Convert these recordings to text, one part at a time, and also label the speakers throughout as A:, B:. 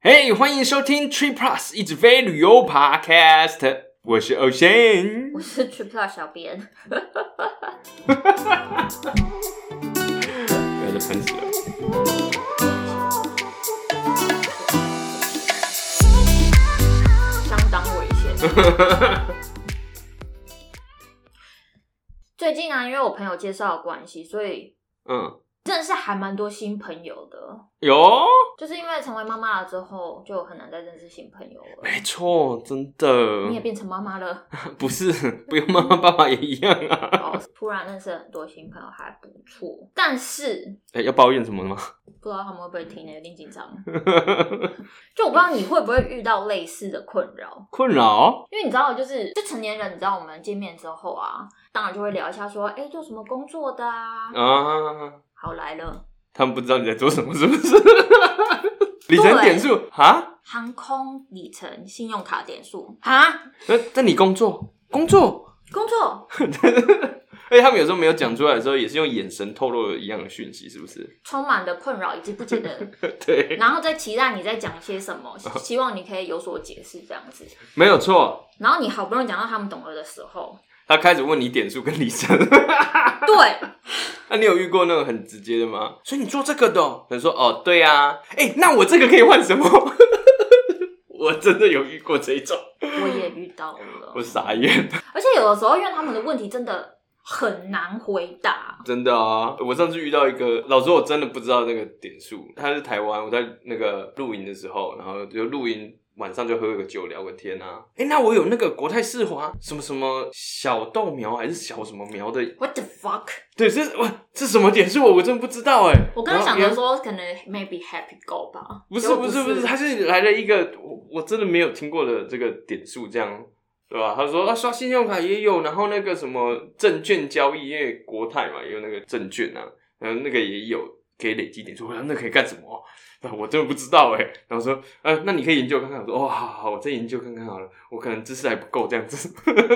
A: 嘿欢迎收听 Tree Plus 一直飞旅游 Podcast，我是 Ocean
B: 我。是 Triple 小编，
A: 有点喷死了。
B: 相当危险。 最近啊，因为我朋友介绍的关系，所以
A: 嗯，
B: 真的是还蛮多新朋友的。
A: 有，
B: 就是因为成为妈妈了之后，就很难再认识新朋友了。
A: 没错，真
B: 你也
A: 的，
B: 变成妈妈 了，
A: 不是不用妈妈爸爸也一样啊。
B: 哦，突然认识很多新朋友还不错，但是
A: 哎、要抱怨什么的吗？
B: 不知道他们会不会听呢，有点紧张。就我不知道你会不会遇到类似的困扰，
A: 困扰？
B: 因为你知道，就是就成年人，你知道我们见面之后啊，当然就会聊一下说，哎、做什么工作的啊？
A: 啊，
B: 好来了，
A: 他们不知道你在做什么，是不是？ 里程点数啊？
B: 航空里程、信用卡点数啊，
A: 那那你工作工作？
B: 工作
A: 哎、他们有时候没有讲出来的时候，也是用眼神透露了一样的讯息，是不是？
B: 充满的困扰以及不解的，
A: 对，
B: 然后再期待你在讲些什么，希望你可以有所解释这样子。
A: 没有错。
B: 然后你好不容易讲到他们懂了的时候，
A: 他开始问你点数跟里程，
B: 对，
A: 那、你有遇过那种很直接的吗？所以你做这个的、哦，他说哦，对啊，哎、那我这个可以换什么？ 我真的有遇过这一种，
B: 我也遇到
A: 我
B: 了，
A: 傻眼，
B: 而且有的时候因为他们的问题真的很难回答，
A: 真的啊！我上次遇到一个，老实说，我真的不知道那个点数。他是台湾，我在那个露营的时候，然后就露营。晚上就喝个酒聊个天啊，哎、那我有那个国泰世华什么什么小豆苗还是小什么苗的，
B: What the fuck？
A: 对，这哇这什么点数我我真不知道哎、
B: 我刚
A: 然
B: 刚想
A: 后原
B: 着说，可能 maybe happy go 吧，
A: 不是
B: 结果
A: 不
B: 不
A: 是不是，他是来了一个我我真的没有听过的这个点数，这样对吧？他说啊，刷信用卡也有，然后那个什么证券交易，因为国泰嘛也有那个证券啊，然后那个也有可以累积点数，我说那可以干什么？那 我真的不知道哎、然后说呃，那你可以研究看看。我说哦，好好好，我再研究看看好了，我可能知识还不够这样子。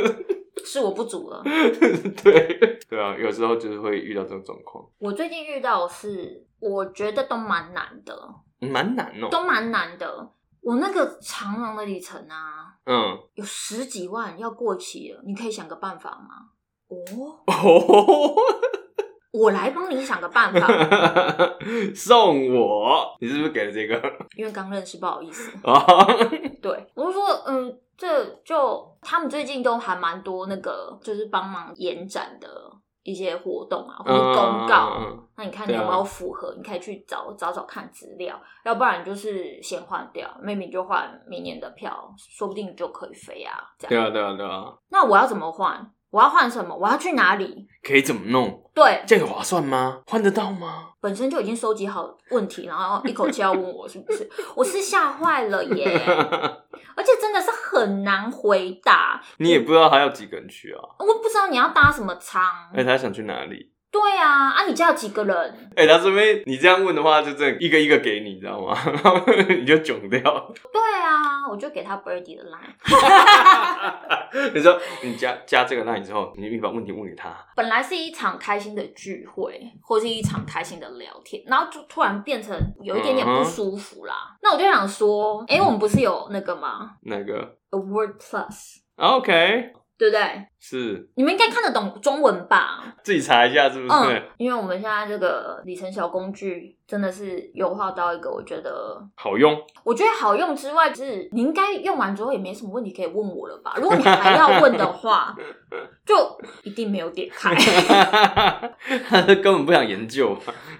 B: 是我不足了。
A: 对对啊，有时候就是会遇到这种状况，
B: 我最近遇到的是，我觉得都蛮难的，
A: 蛮难哦、
B: 都蛮难的。我那个长龙的里程啊，
A: 嗯，
B: 有十几万要过期了，你可以想个办法吗？哦，
A: 哦。
B: 我来帮你想个 办法，
A: 送我，你是不是给了这个
B: 因为刚认识，不好意思。
A: 啊？
B: 对，我就说，嗯，这就他们最近都还蛮多那个，就是帮忙延展的一些活动啊，或者公告。
A: 嗯
B: 那你看你
A: 对啊
B: 有没有符合？你可以去找找找看资料，要不然你就是先换掉，maybe 你就换明年的票，说不定你就可以飞啊。这
A: 对
B: 样，
A: 啊，对啊，对啊，
B: 那我要怎么换？我要换什么？我要去哪里？
A: 可以怎么弄？
B: 对，
A: 这样有划算吗？换得到吗？
B: 本身就已经收集好问题，然后一口气要问我是不是？我是吓坏 了耶！而且真的是很难回答，
A: 你也不知道他要几个人去啊？
B: 我不知道你要搭什么舱。
A: 哎、他想去哪里？
B: 对啊，啊，你家有几个人？
A: 哎、他这边你这样问的话，就真的一个一个给你，你知道吗？然后你就囧掉。
B: 对啊，我就给他 Birdy 的 line。
A: 你说你加加这个 line 之后，你你把问题问给他，
B: 本来是一场开心的聚会，或是一场开心的聊天，然后就突然变成有一点点不舒服啦。那我就想说，哎、我们不是有那个吗
A: 那个
B: ？A word plus，
A: OK
B: 对不对？
A: 是
B: 你们应该看得懂中文吧？
A: 自己查一下是不是？
B: 嗯，因为我们现在这个里程小工具真的是优化到一个，我觉得
A: 好用，
B: 我觉得好用之外，就是你应该用完之后也没什么问题可以问我了吧？如果你还要问的话，就一定没有点开。
A: 他根本不想研究。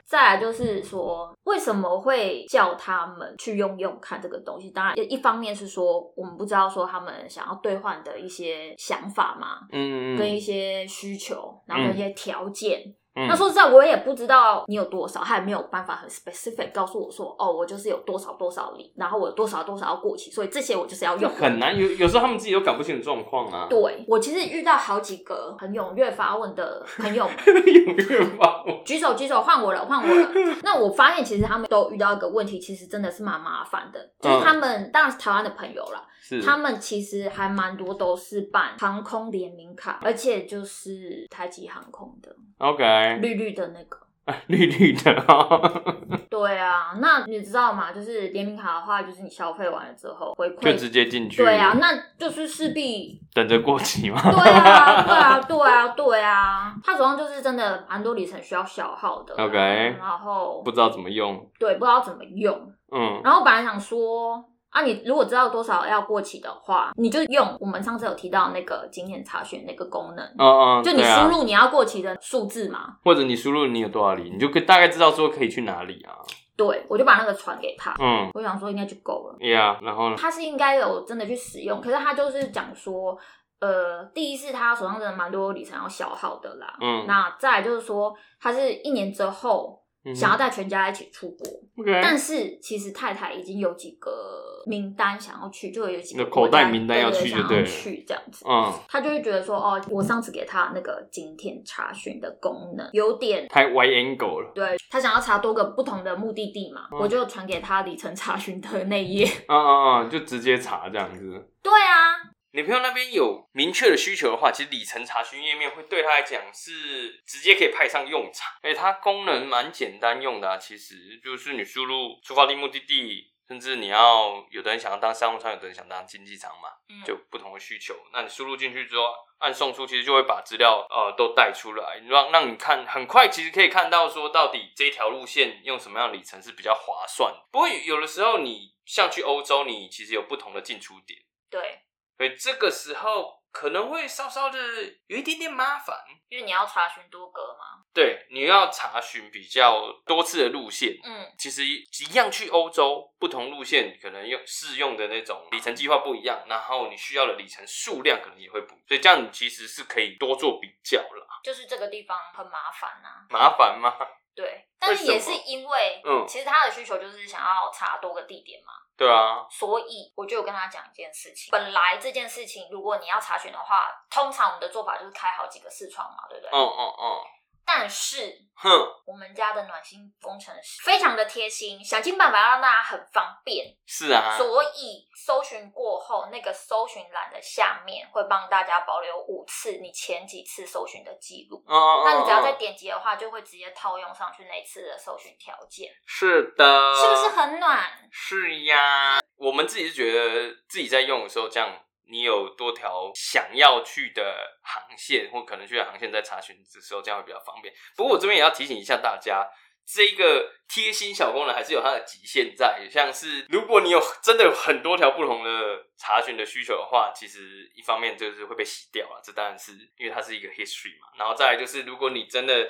B: 再来就是说，为什么会叫他们去用用看这个东西？当然，一方面是说我们不知道说他们想要兑换的一些想法嘛，
A: 嗯，
B: 跟一些需求，然后跟一些条件。
A: 嗯
B: 那说实在，我也不知道你有多少，他也没有办法很 specific 告诉我说，哦，我就是有多少多少里，然后我有多少多少要过期，所以这些我就是要用。
A: 很难，有有时候他们自己都搞不清楚状况啊。
B: 对我其实遇到好几个很踊跃发问的朋友们，
A: 有没有帮我？
B: 举手举手，换我了，换我 了。那我发现其实他们都遇到一个问题，其实真的是蛮麻烦的，就是他们、当然是台湾的朋友啦，
A: 嗯是
B: 他们其实还蛮多都是办航空联名卡，而且就是台籍航空的
A: OK，
B: 绿绿的那个。
A: 绿绿的、 哦，
B: 对啊，那你知道吗？就是联名卡的话，就是你消费完了之后回
A: 就
B: 馈，
A: 直接进去。
B: 对啊，那就是势必
A: 等着过期嘛。
B: 对啊，对啊，对啊，对啊，它总共就是真的蛮多里程需要消耗的。
A: OK
B: 然后
A: 不知道怎么用。
B: 对，不知道怎么用。
A: 嗯，
B: 然后我本来想说，啊，你如果知道多少要过期的话，你就用我们上次有提到那个经验查询那个功能。
A: 哦哦，
B: 就你
A: 对啊
B: 输入你要过期的数字嘛，
A: 或者你输入你有多少里，你就可大概知道说可以去哪里啊。
B: 对我就把那个传给他，
A: 嗯
B: 我想说应该就够了。
A: ，Yeah，然后呢？
B: 他是应该有真的去使用，可是他就是讲说，呃，第一是他手上真的蛮多里程要消耗的啦，
A: 嗯，
B: 那再来就是说，他是一年之后
A: 嗯哼
B: 想要带全家一起出国，
A: OK，
B: 但是其实太太已经有几个名单想要去，就有几个
A: 那口袋名单要
B: 要
A: 去就
B: 想
A: 对了
B: 去这样子。
A: 嗯，
B: 他就会觉得说，哦，我上次给他那个今天查询的功能有点
A: 太 Y angle 了。
B: 对他想要查多个不同的目的地
A: 哦
B: 嘛，我就传给他里程查询的那一页。
A: 嗯嗯嗯，就直接查这样子。
B: 对啊，
A: 女朋友那边有明确的需求的话，其实里程查询页面会对她来讲是直接可以派上用场。哎，它功能蛮简单用的、啊，其实就是你输入出发地、目的地，甚至你要有的人想要当商务舱，有的人想当经济舱嘛，就不同的需求。那你输入进去之后，按送出，其实就会把资料呃都带出来，让让你看很快，其实可以看到说到底这条路线用什么样的里程是比较划算。不过有的时候你像去欧洲，你其实有不同的进出点。
B: 对，
A: 所以这个时候可能会稍稍的有一点点麻烦。
B: 因为你要查询多个嘛。
A: 对，你要查询比较多次的路线。
B: 嗯，
A: 其实一样去欧洲，不同路线可能用适用的那种里程计划不一样，然后你需要的里程数量可能也会不，所以这样你其实是可以多做比较啦。
B: 就是这个地方很麻烦呐、
A: 麻烦吗？
B: 对，但是
A: 为
B: 也
A: 什
B: 是
A: 么
B: 因为，
A: 嗯
B: 其实他的需求就是想要查多个地点嘛，
A: 对啊，
B: 所以我就有跟他讲一件事情。本来这件事情，如果你要查询的话，通常我们的做法就是开好几个视窗嘛，对不对？
A: 嗯嗯嗯，
B: 但是
A: 哼，
B: 我们家的暖心工程师非常的贴心，想尽办法让大家很方便，
A: 是啊，
B: 所以搜寻过后，那个搜寻栏的下面会帮大家保留五次你前几次搜寻的记录。
A: 嗯嗯，
B: 那你只要再
A: 嗯
B: 点击的话，就会直接套用上去那一次的搜寻条件，
A: 是的，
B: 是不是很暖？
A: 是呀，我们自己是觉得自己在用的时候，这样你有多条想要去的航线，或可能去的航线，在查询的时候，这样会比较方便。不过我这边也要提醒一下大家。这个贴心小功能还是有它的极限在，像是如果你有真的有很多条不同的查询的需求的话，其实一方面就是会被洗掉了，这当然是因为它是一个 history 嘛。然后再来就是，如果你真的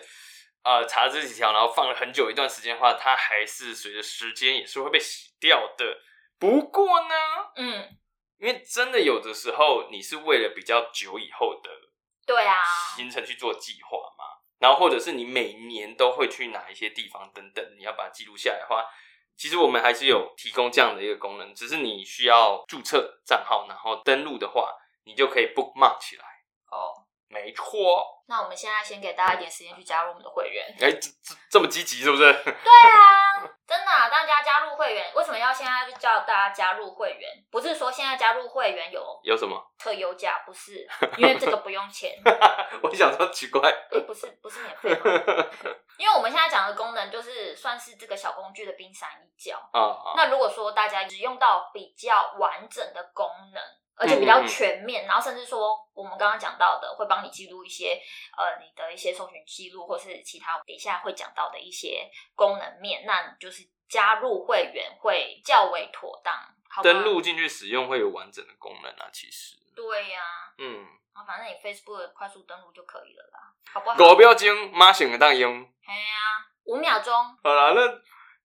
A: 呃查这几条，然后放了很久一段时间的话，它还是随着时间也是会被洗掉的。不过呢，
B: 嗯，
A: 因为真的有的时候你是为了比较久以后的
B: 对啊，
A: 行程去做计划嘛，然后或者是你每年都会去哪一些地方等等，你要把它记录下来的话，其实我们还是有提供这样的一个功能，只是你需要注册账号，然后登录的话，你就可以 bookmark 起来。
B: 哦。
A: 没错，
B: 那我们现在先给大家一点时间去加入我们的会员。
A: 哎、这这这么积极是不是？
B: 对啊，真的啊、大家加入会员，为什么要现在就叫大家加入会员？不是说现在加入会员有
A: 有什么？
B: 特优价，不是，因为这个不用钱，
A: 我想说奇怪，
B: 诶不是不是免费吗？ 因为我们现在讲的功能就是算是这个小工具的冰山一角。
A: 啊啊！
B: 那如果说大家只用到比较完整的功能，而
A: 嗯
B: 且比较全面，然后甚至说我们刚刚讲到的，会帮你记录一些呃你的一些搜寻记录，或是其他等一下会讲到的一些功能面，那你就是加入会员会较为妥当，好吗
A: 登录进去使用会有完整的功能啊，其实，
B: 对呀、
A: 嗯，
B: 啊，反正你 Facebook 的快速登录就可以了啦，好不好？
A: 狗标精妈选个当用。
B: 哎呀、五秒钟，
A: 好啦，那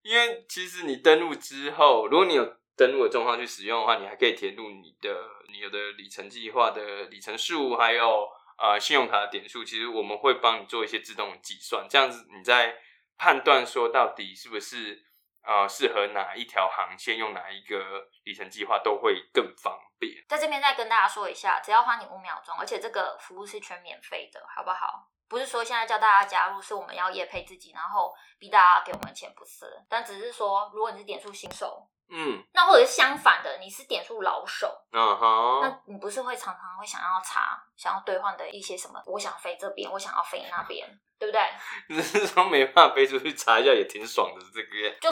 A: 因为其实你登录之后，如果你有登录的状况去使用的话，你还可以填入你的你有的里程计划的里程数，还有呃信用卡的点数，其实我们会帮你做一些自动的计算，这样子你在判断说到底是不是呃适合哪一条航线，用哪一个里程计划都会更方便。
B: 在这边再跟大家说一下，只要花你五秒钟，而且这个服务是全免费的，好不好？不是说现在叫大家加入，是我们要业配自己，然后逼大家给我们钱，不是。但只是说，如果你是点数新手，
A: 嗯，
B: 那或者是相反的，你是点数老手，
A: 啊哈，
B: 那你不是会常常会想要查，想要兑换的一些什么？我想飞这边，我想要飞那边，对不对？
A: 只是说没办法飞出去查一下也挺爽的这
B: 就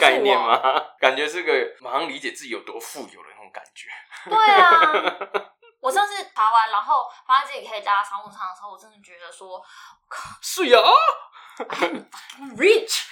A: 个
B: 是
A: 概念吗？感觉是个马上理解自己有多富有的那种感觉。
B: 对啊，我上次查完，然后发现自己可以搭商务舱的时候，我真的觉得说
A: 是啊呀，
B: I'm rich，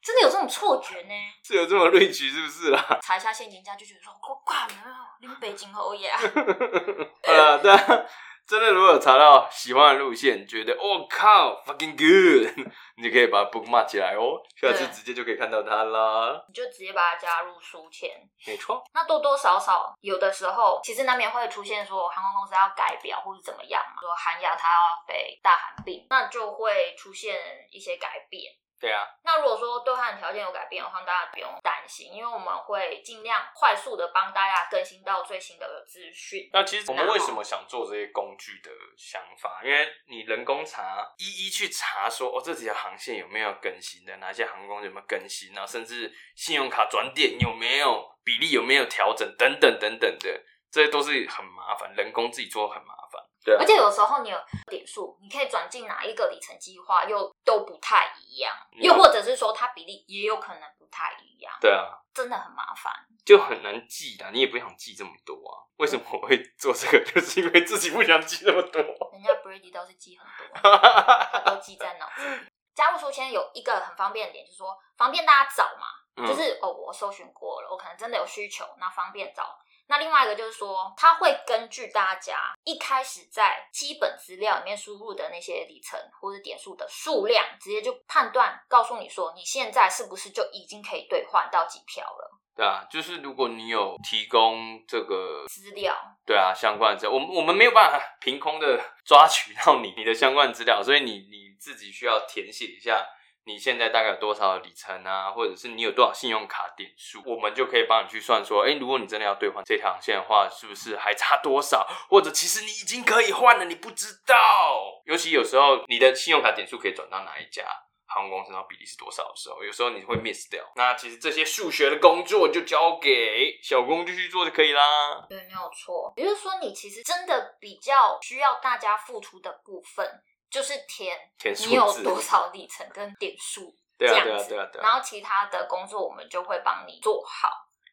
B: 真的有这种错觉呢。
A: 是有这么瑞奇是不是啊啦？
B: 查一下现金价，就觉得说我挂没有拎北京侯爷啊。
A: 啊，但真的如果有查到喜欢的路线，觉得我、靠，fucking good，你就可以把它 bookmark 起来哦，下次
B: 对
A: 直接就可以看到它啦。
B: 你就直接把它加入书签。
A: 没错，
B: 那多多少少有的时候，其实难免会出现说航空公司要改表或者怎么样嘛，说韩亚它要被大韩并，那就会出现一些改变。
A: 对啊，
B: 那如果说对汉条件有改变的话，大家不用担心，因为我们会尽量快速的帮大家更新到最新的资讯。
A: 那其实我们为什么想做这些工具的想法？因为你人工查，一一去查说哦，这几条航线有没有更新的，哪些航空有没有更新，然后甚至信用卡转点有没有比例有没有调整等等等等的，这些都是很麻烦，人工自己做很麻烦。对啊
B: 而且有时候你有点数，你可以转进哪一个里程计划，又都不太一样，
A: 嗯
B: 又或者是说它比例也有可能不太一样，
A: 对啊，
B: 真的很麻烦。
A: 就很难记啊，你也不想记这么多啊。为什么我会做这个？ 就是因为自己不想记那么多。
B: 人家 Brady 倒是记很多，他都记在脑子里。加入书签有一个很方便的点，就是说方便大家找嘛，
A: 嗯
B: 就是哦，我搜寻过了，我可能真的有需求，那方便找。那另外一个就是说，它会根据大家一开始在基本资料里面输入的那些里程或者点数的数量，直接就判断告诉你说，你现在是不是就已经可以兑换到几票了？
A: 对啊，就是如果你有提供这个
B: 资料
A: 对啊，相关的资料，我们我们没有办法凭空的 抓取到你你的相关资料，所以你你自己需要填写一下你现在大概有多少里程啊，或者是你有多少信用卡点数，我们就可以帮你去算说，哎、如果你真的要兑换这条航线的话，是不是还差多少？或者其实你已经可以换了，你不知道。尤其有时候你的信用卡点数可以转到哪一家，航空公司然后比例是多少的时候，有时候你会 miss 掉。那其实这些数学的工作就交给小工具去做就可以啦。
B: 对，没有错。也就是说，你其实真的比较需要大家付出的部分，就是填
A: 填数
B: 你有
A: 字
B: 多少里程跟点数这
A: 对啊
B: 样
A: 对啊
B: 子，
A: 对啊对
B: 然
A: 啊，
B: 后其他的工作我们就会帮你做好。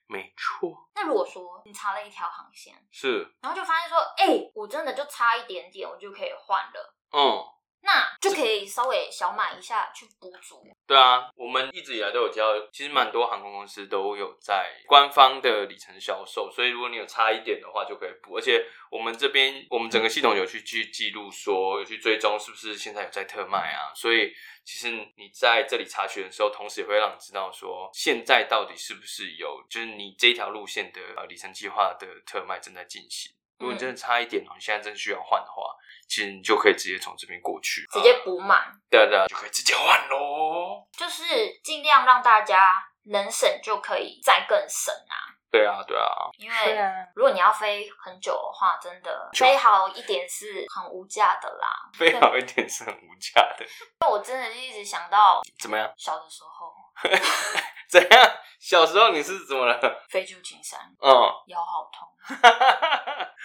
A: 没错，
B: 那如果说你差了一条航线，
A: 是，
B: 然后就发现说，哎、我真的就差一点点，我就可以换了，
A: 嗯，
B: 那就可以稍微小买一下去补足。
A: 对啊，我们一直以来都有教，其实蛮多航空公司都有在官方的里程销售，所以如果你有差一点的话就可以补，而且我们这边我们整个系统有去去记录说，有去追踪是不是现在有在特卖啊，所以其实你在这里查询的时候，同时也会让你知道说现在到底是不是有，就是你这条路线的呃里程计划的特卖正在进行。如果你真
B: 嗯
A: 的差一点哦，你现在真需要换的话，其实你就可以直接从这边过去，
B: 直接补满，
A: 对对，就可以直接换喽。
B: 就是尽量让大家能省就可以再更省啊，
A: 对啊，对啊，
B: 因为
C: 啊，
B: 如果你要飞很久的话，真的飞好一点是很无价的啦。
A: 飞好一点是很无价的。
B: 因为我真的就一直想到
A: 怎么样？
B: 小的时候
A: 怎样？小时候你是怎么了？
B: 飞旧金山，
A: 嗯，
B: 腰好痛，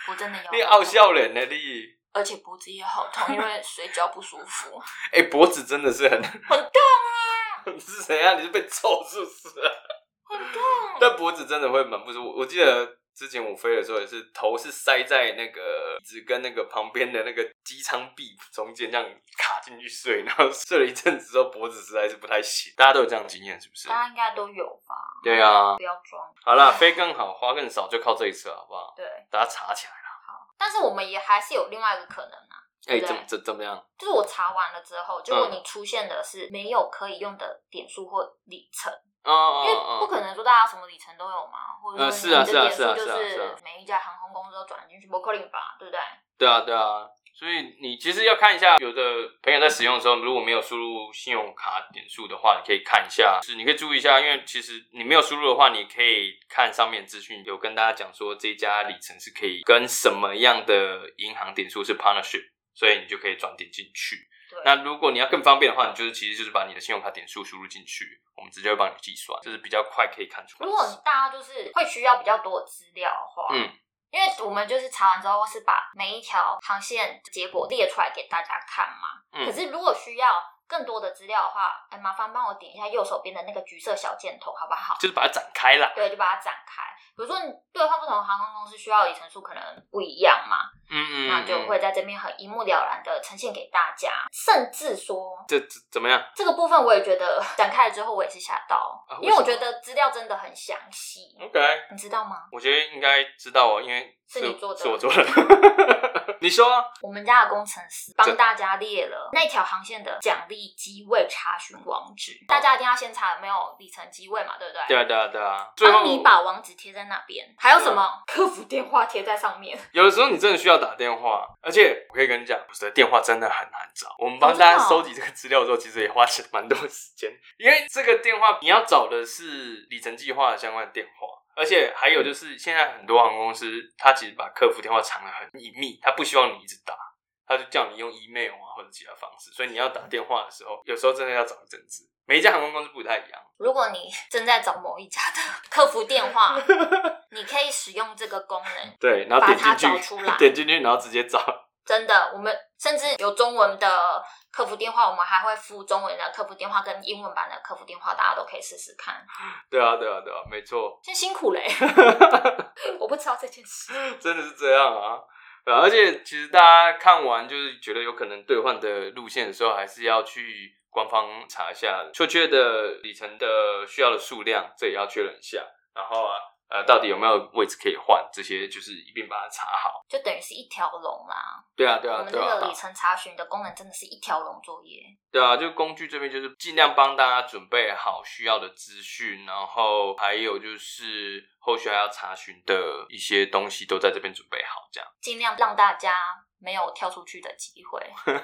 B: 我真的腰好痛
A: 你傲，笑脸呢？你
B: 而且脖子也好 痛，因为水饺不舒服。
A: 哎、脖子真的是很很痛啊！ 是怎样？你是被揍是不是、 啊？ 很痛。但脖子真的会蛮不舒服。我记得之前我飞的时候也是，头是塞在那个只跟那个旁边的那个机舱壁中间这样卡进去睡，然后睡了一阵子之后，脖子实在是不太行。大家都有这样的经验是不是？
B: 大家应该都有吧？
A: 对啊。
B: 不要装。
A: 好啦，飞更好，花更少，就靠这一次了好不好？
B: 对，
A: 大家查起来啊啦。
B: 但是我们也还是有另外一个可能啊，
A: 哎、
B: 对
A: 怎么怎怎么样？
B: 就是我查完了之后，结果
A: 嗯
B: 你出现的是没有可以用的点数或里程，
A: 哦哦
B: 因为不
A: 哦，
B: 可能说大家什么里程都有嘛，或者
A: 呃
B: 说
A: 是
B: 你
A: 啊
B: 的
A: 是啊
B: 点数就是
A: 啊是啊是啊
B: 每一家航空公司都转进去，不可能吧？对不对？
A: 对啊对啊。所以你其实要看一下，有的朋友在使用的时候，如果没有输入信用卡点数的话，你可以看一下，是你可以注意一下，因为其实你没有输入的话，你可以看上面资讯有跟大家讲说这一家里程是可以跟什么样的银行点数是 partnership，所以你就可以转点进去。
B: 对，
A: 那如果你要更方便的话，你就是其实就是把你的信用卡点数输入进去，我们直接会帮你计算，这是比较快可以看出来的
B: 如果
A: 事。
B: 大家就是会需要比较多的资料的话，
A: 嗯，
B: 因为我们就是查完之后是把每一条航线结果列出来给大家看嘛。
A: 嗯
B: 可是如果需要更多的资料的话，哎，麻烦帮我点一下右手边的那个橘色小箭头，好不好？
A: 就是把它展开啦。
B: 对，就把它展开。比如说你对换不同的航空公司需要里程数可能不一样嘛，
A: 嗯嗯，
B: 那就会在这边很一目了然的呈现给大家。甚至说
A: 这这怎么样？
B: 这个部分，我也觉得展开了之后，我也是吓到，
A: 啊为
B: 因为我
A: 什么
B: 觉得资料真的很详细，
A: OK，
B: 你知道吗？
A: 我觉得应该知道哦，因为
B: 是你做的
A: 是我做的。 你说啊
B: 我们家的工程师帮
A: 这
B: 大家列了那条航线的奖励机位查询网址，大家一定要先查有没有里程机位嘛，对不对？
A: 对。啊对啊对啊，最
B: 帮
A: 后
B: 你把网址贴在那边，还有什么客服电话贴在上面？
A: 有的时候你真的需要打电话，而且我可以跟你讲，我的电话真的很难找。我们帮
B: 哦真的
A: 大
B: 哦
A: 家收集这个资料的时候，其实也花钱蛮多时间，因为这个电话你要找的是里程计划的相关的电话，而且还有就是现在很多航空公司，它其实把客服电话藏得很隐秘，它不希望你一直打，它就叫你用 email 啊或者其他方式，所以你要打电话的时候，有时候真的要找一阵子。每一家航空公司不太一样，
B: 如果你正在找某一家的客服电话， 你可以使用这个功能，
A: 对，啊然后
B: 把
A: 点
B: 它
A: 进
B: 找
A: 去，
B: 出来。
A: 点进去然后直接找，
B: 真的，我们甚至有中文的客服电话，我们还会附中文的客服电话跟英文版的客服电话，大家都可以试试看。
A: 对啊，对啊，对啊，没错。
B: 真辛苦嘞、 我不知道这件事。
A: 真的是这样啊。对啊而且其实大家看完就是觉得有可能兑换的路线的时候，还是要去官方查一下确切的里程的需要的数量，这也要确认一下。然后啊，呃，到底有没有位置可以换，这些就是一并把它查好。
B: 就等于是一条龙啦。
A: 对啊，对
B: 我
A: 啊，
B: 们这
A: 对
B: 个里
A: 啊，
B: 程查询的功能真的是一条龙作业。
A: 对啊，就工具这边就是尽量帮大家准备好需要的资讯，然后还有就是后续还要查询的一些东西都在这边准备好，这样。
B: 尽量让大家没有跳出去的机会。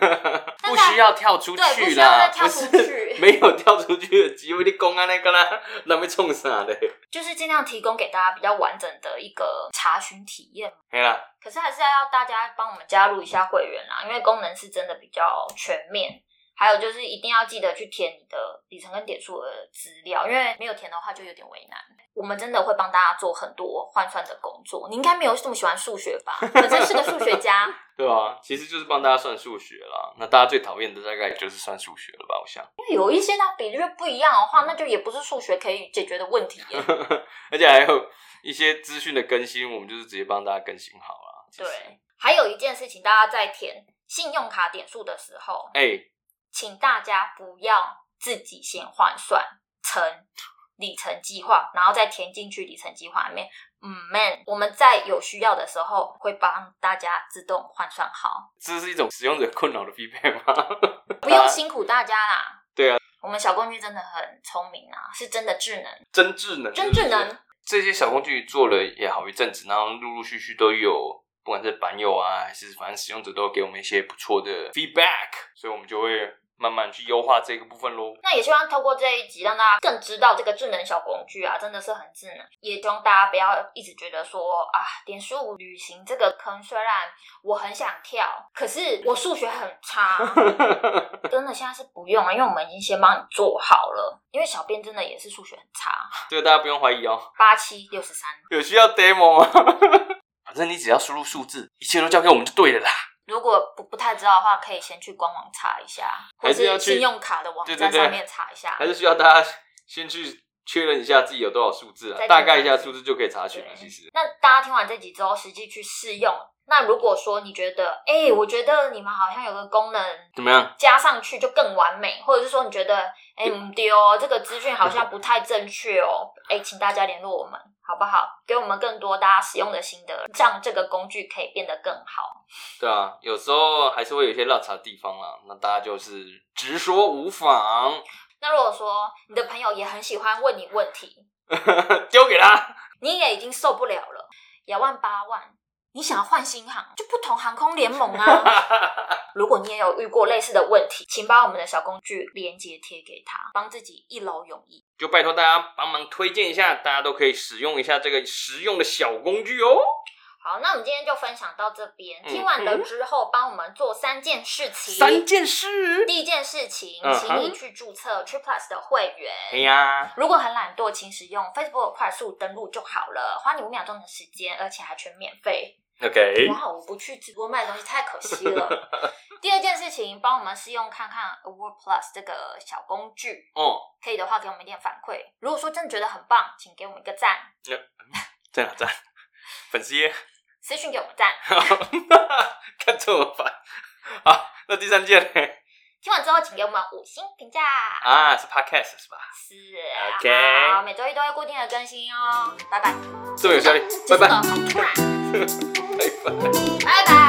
A: 不需要跳出
B: 对不
A: 去
B: 需要再
A: 啦，
B: 跳
A: 不
B: 出
A: 是
B: 去
A: 没有跳出去的机会，你公安那个啦，那没冲啥 嘞？
B: 就是尽量提供给大家比较完整的一个查询体验。
A: 嘿啦，
B: 可是还是要大家帮我们加入一下会员啊啦，因为功能是真的比较全面。还有就是一定要记得去填你的里程跟点数的资料，因为没有填的话就有点为难。我们真的会帮大家做很多换算的工作。你应该没有这么喜欢数学吧？本身是个数学家，
A: 对啊，其实就是帮大家算数学啦。那大家最讨厌的大概也就是算数学了吧，我想。
B: 因为有一些它比率不一样的话，那就也不是数学可以解决的问题 耶。
A: 而且还有一些资讯的更新，我们就是直接帮大家更新好了。其实，
B: 对，还有一件事情，大家在填信用卡点数的时候，
A: 哎、
B: 请大家不要自己先换算成里程计划，然后再填进去里程计划里面。嗯，man，我们在有需要的时候会帮大家自动换算好，
A: 这是一种使用者困扰的匹配吗？
B: 不用辛苦大家啦。
A: 对啊，
B: 我们小工具真的很聪明啊，是真的智能，
A: 真智能，
B: 真智
A: 是不
B: 能
A: 是。。这些小工具做了也好一阵子，然后陆陆续续都有，不管是版友啊，还是反正使用者，都有给我们一些不错的 feedback，所以我们就会慢慢去优化这个部分喽。
B: 那也希望透过这一集，让大家更知道这个智能小工具啊，真的是很智能。也希望大家不要一直觉得说啊，点数旅行这个坑，虽然我很想跳，可是我数学很差， 真的现在是不用了，因为我们已经先帮你做好了。因为小编真的也是数学很差，
A: 这个大家不用怀疑哦。
B: 八七六十三。
A: 有需要 demo 吗？ 反正你只要输入数字，一切都交给我们就对了啦。
B: 如果不不太知道的话，可以先去官网查一下，或
A: 还是要
B: 是
A: 去
B: 信用卡的网
A: 对
B: 站
A: 对对
B: 上面查一下。
A: 还是需要大家先去确认一下自己有多少数字
B: 再
A: 啊，
B: 去查
A: 大概一下数字就可以查询了。
B: 对
A: 其实，
B: 那大家听完这集之后，实际去试用。那如果说你觉得，哎、我觉得你们好像有个功能
A: 怎么样？
B: 加上去就更完美，或者是说你觉得，哎、
A: 对
B: 嗯，对哦，这个资讯好像不太正确哦，哎、请大家联络我们，好不好？给我们更多大家使用的心得，让这个工具可以变得更好。
A: 对啊，有时候还是会有一些落差的地方啦，那大家就是直说无妨，
B: 那如果说你的朋友也很喜欢问你问题，
A: 丢给他。
B: 你也已经受不了了，两万八万，你想要换新航，就不同航空联盟 啊。如果你也有遇过类似的问题，请把我们的小工具连接贴给他，帮自己一劳永逸。
A: 就拜托大家帮忙推荐一下，大家都可以使用一下这个实用的小工具哦。
B: 好，那我们今天就分享到这边。
A: 嗯
B: 听完了之后，帮我们做三件事情。
A: 三件事。
B: 第一件事情，
A: 嗯
B: 请你
A: 哼
B: 去注册 Trip Plus 的会员。
A: 哎呀，
B: 如果很懒惰，请使用 Facebook 快速登录就好了，花你五秒钟的时间，而且还全免费。
A: OK，
B: 哇，我不去直播卖东西太可惜了。第二件事情，帮我们试用看看 Award Plus 这个小工具，
A: 哦，
B: 可以的话给我们一点反馈。如果说真的觉得很棒，请给我们一个赞，
A: 在哪站？ 粉丝页，
B: 私讯给我们赞。
A: 看这么烦。好，那第三件呢？
B: 听完之后，请给我们五星评价。
A: 啊，是 Podcast 是吧？
B: 是啊
A: OK
B: 好，每周一都会固定的更新哦。拜拜，
A: 这么有效率，
B: 这
A: 拜
B: 个
A: 拜，
B: 好突然，
A: 拜拜。
B: 拜拜。